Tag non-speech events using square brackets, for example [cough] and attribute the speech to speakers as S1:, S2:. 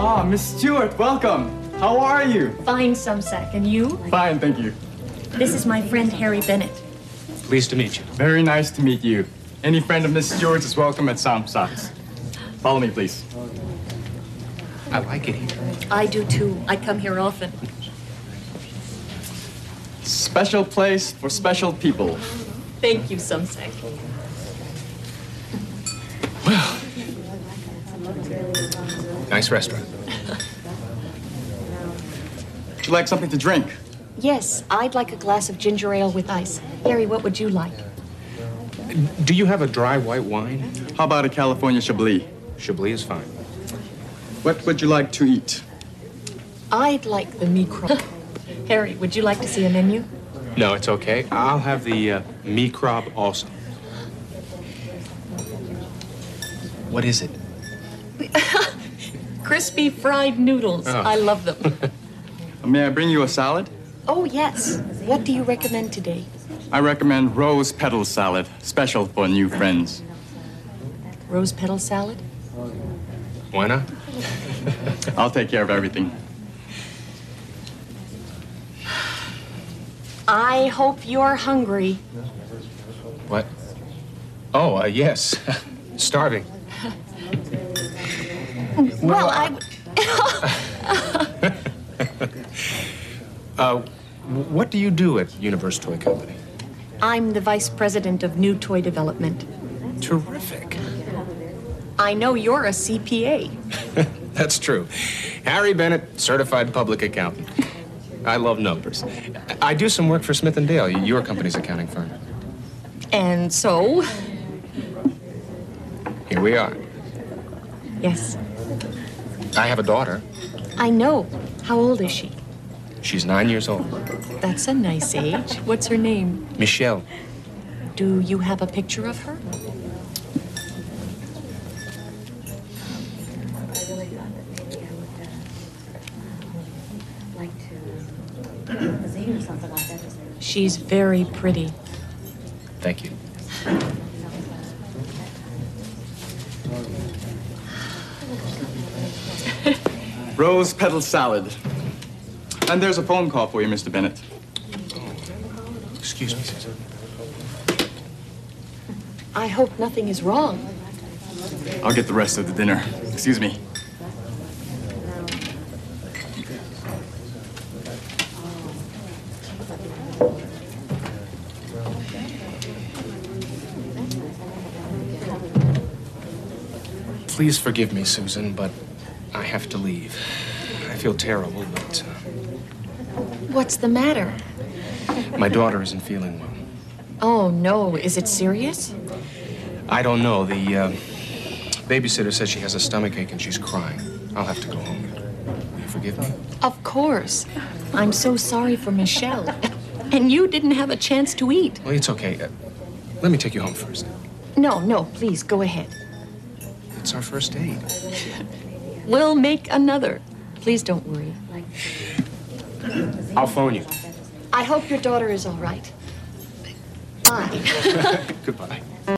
S1: Ah, Miss Stewart, welcome. How are you?
S2: Fine, Sumsack. And you?
S1: Fine, thank you.
S2: This is my friend Harry Bennett.
S3: Pleased to meet you.
S1: Very nice to meet you. Any friend of Miss Stewart's is welcome at Sam Socks. Follow me, please.
S3: I like it here.
S2: I do too. I come here often.
S1: Special place for special people.
S2: Thank you, Sumsack.
S3: Nice restaurant.
S1: Would you like something to drink?
S2: Yes, I'd like a glass of ginger ale with ice. Harry, what would you like?
S3: Do you have a dry white wine?
S1: How about a California Chablis?
S3: Chablis is fine.
S1: What would you like to eat?
S2: I'd like the meat [laughs] crock. Harry, would you like to see a menu?
S3: No, it's okay. I'll have the uh, meat crab also. What is it?
S2: Crispy fried noodles.
S3: Oh.
S2: I love them.
S1: May I bring you a salad?
S2: [laughs] oh, yes. What do you recommend today?
S1: I recommend rose petal salad, special for new friends.
S2: Rose petal salad?
S3: Why not?
S1: I'll take care of everything.
S2: I hope you're hungry.
S3: What? Oh, uh, yes. [laughs] Starving.
S2: Well, I. would-
S3: Uh, W- What do you do at Universe Toy Company?
S2: I'm the vice president of new toy development.
S3: Terrific.
S2: I know you're a CPA.
S3: That's true. Harry Bennett, certified public accountant. I love numbers. I- I do some work for Smith and Dale, your company's accounting firm.
S2: And so,
S3: Here we are.
S2: yes,
S3: I have a daughter.
S2: I know. How old is she?
S3: She's nine years old.
S2: That's a nice age. What's her name?
S3: Michelle.
S2: Do you have a picture of her?
S4: like uh, to magazine or something like that.
S2: She's very pretty.
S3: Thank you.
S1: Rose petal salad. And there's a phone call for you, Mr. Bennett.
S3: Excuse me, Susan.
S2: I hope nothing is wrong.
S1: I'll get the rest of the dinner. Excuse me.
S3: Please forgive me, Susan, but I have to leave. I feel terrible, but
S2: What's the matter?
S3: uh, my daughter isn't feeling well.
S2: Oh no, is it serious?
S3: I don't know. The uh, babysitter says she has a stomachache and she's crying. I'll have to go home. Will you forgive me?
S2: Of course. I'm so sorry for Michelle. [laughs] And you didn't have a chance to eat.
S3: Well, it's okay. Uh, let me take you home first.
S2: No, no, please go ahead.
S3: It's our first date.
S2: We'll make another. Please don't worry.
S3: I'll phone you.
S2: I hope your daughter is all right. Bye.
S3: Goodbye.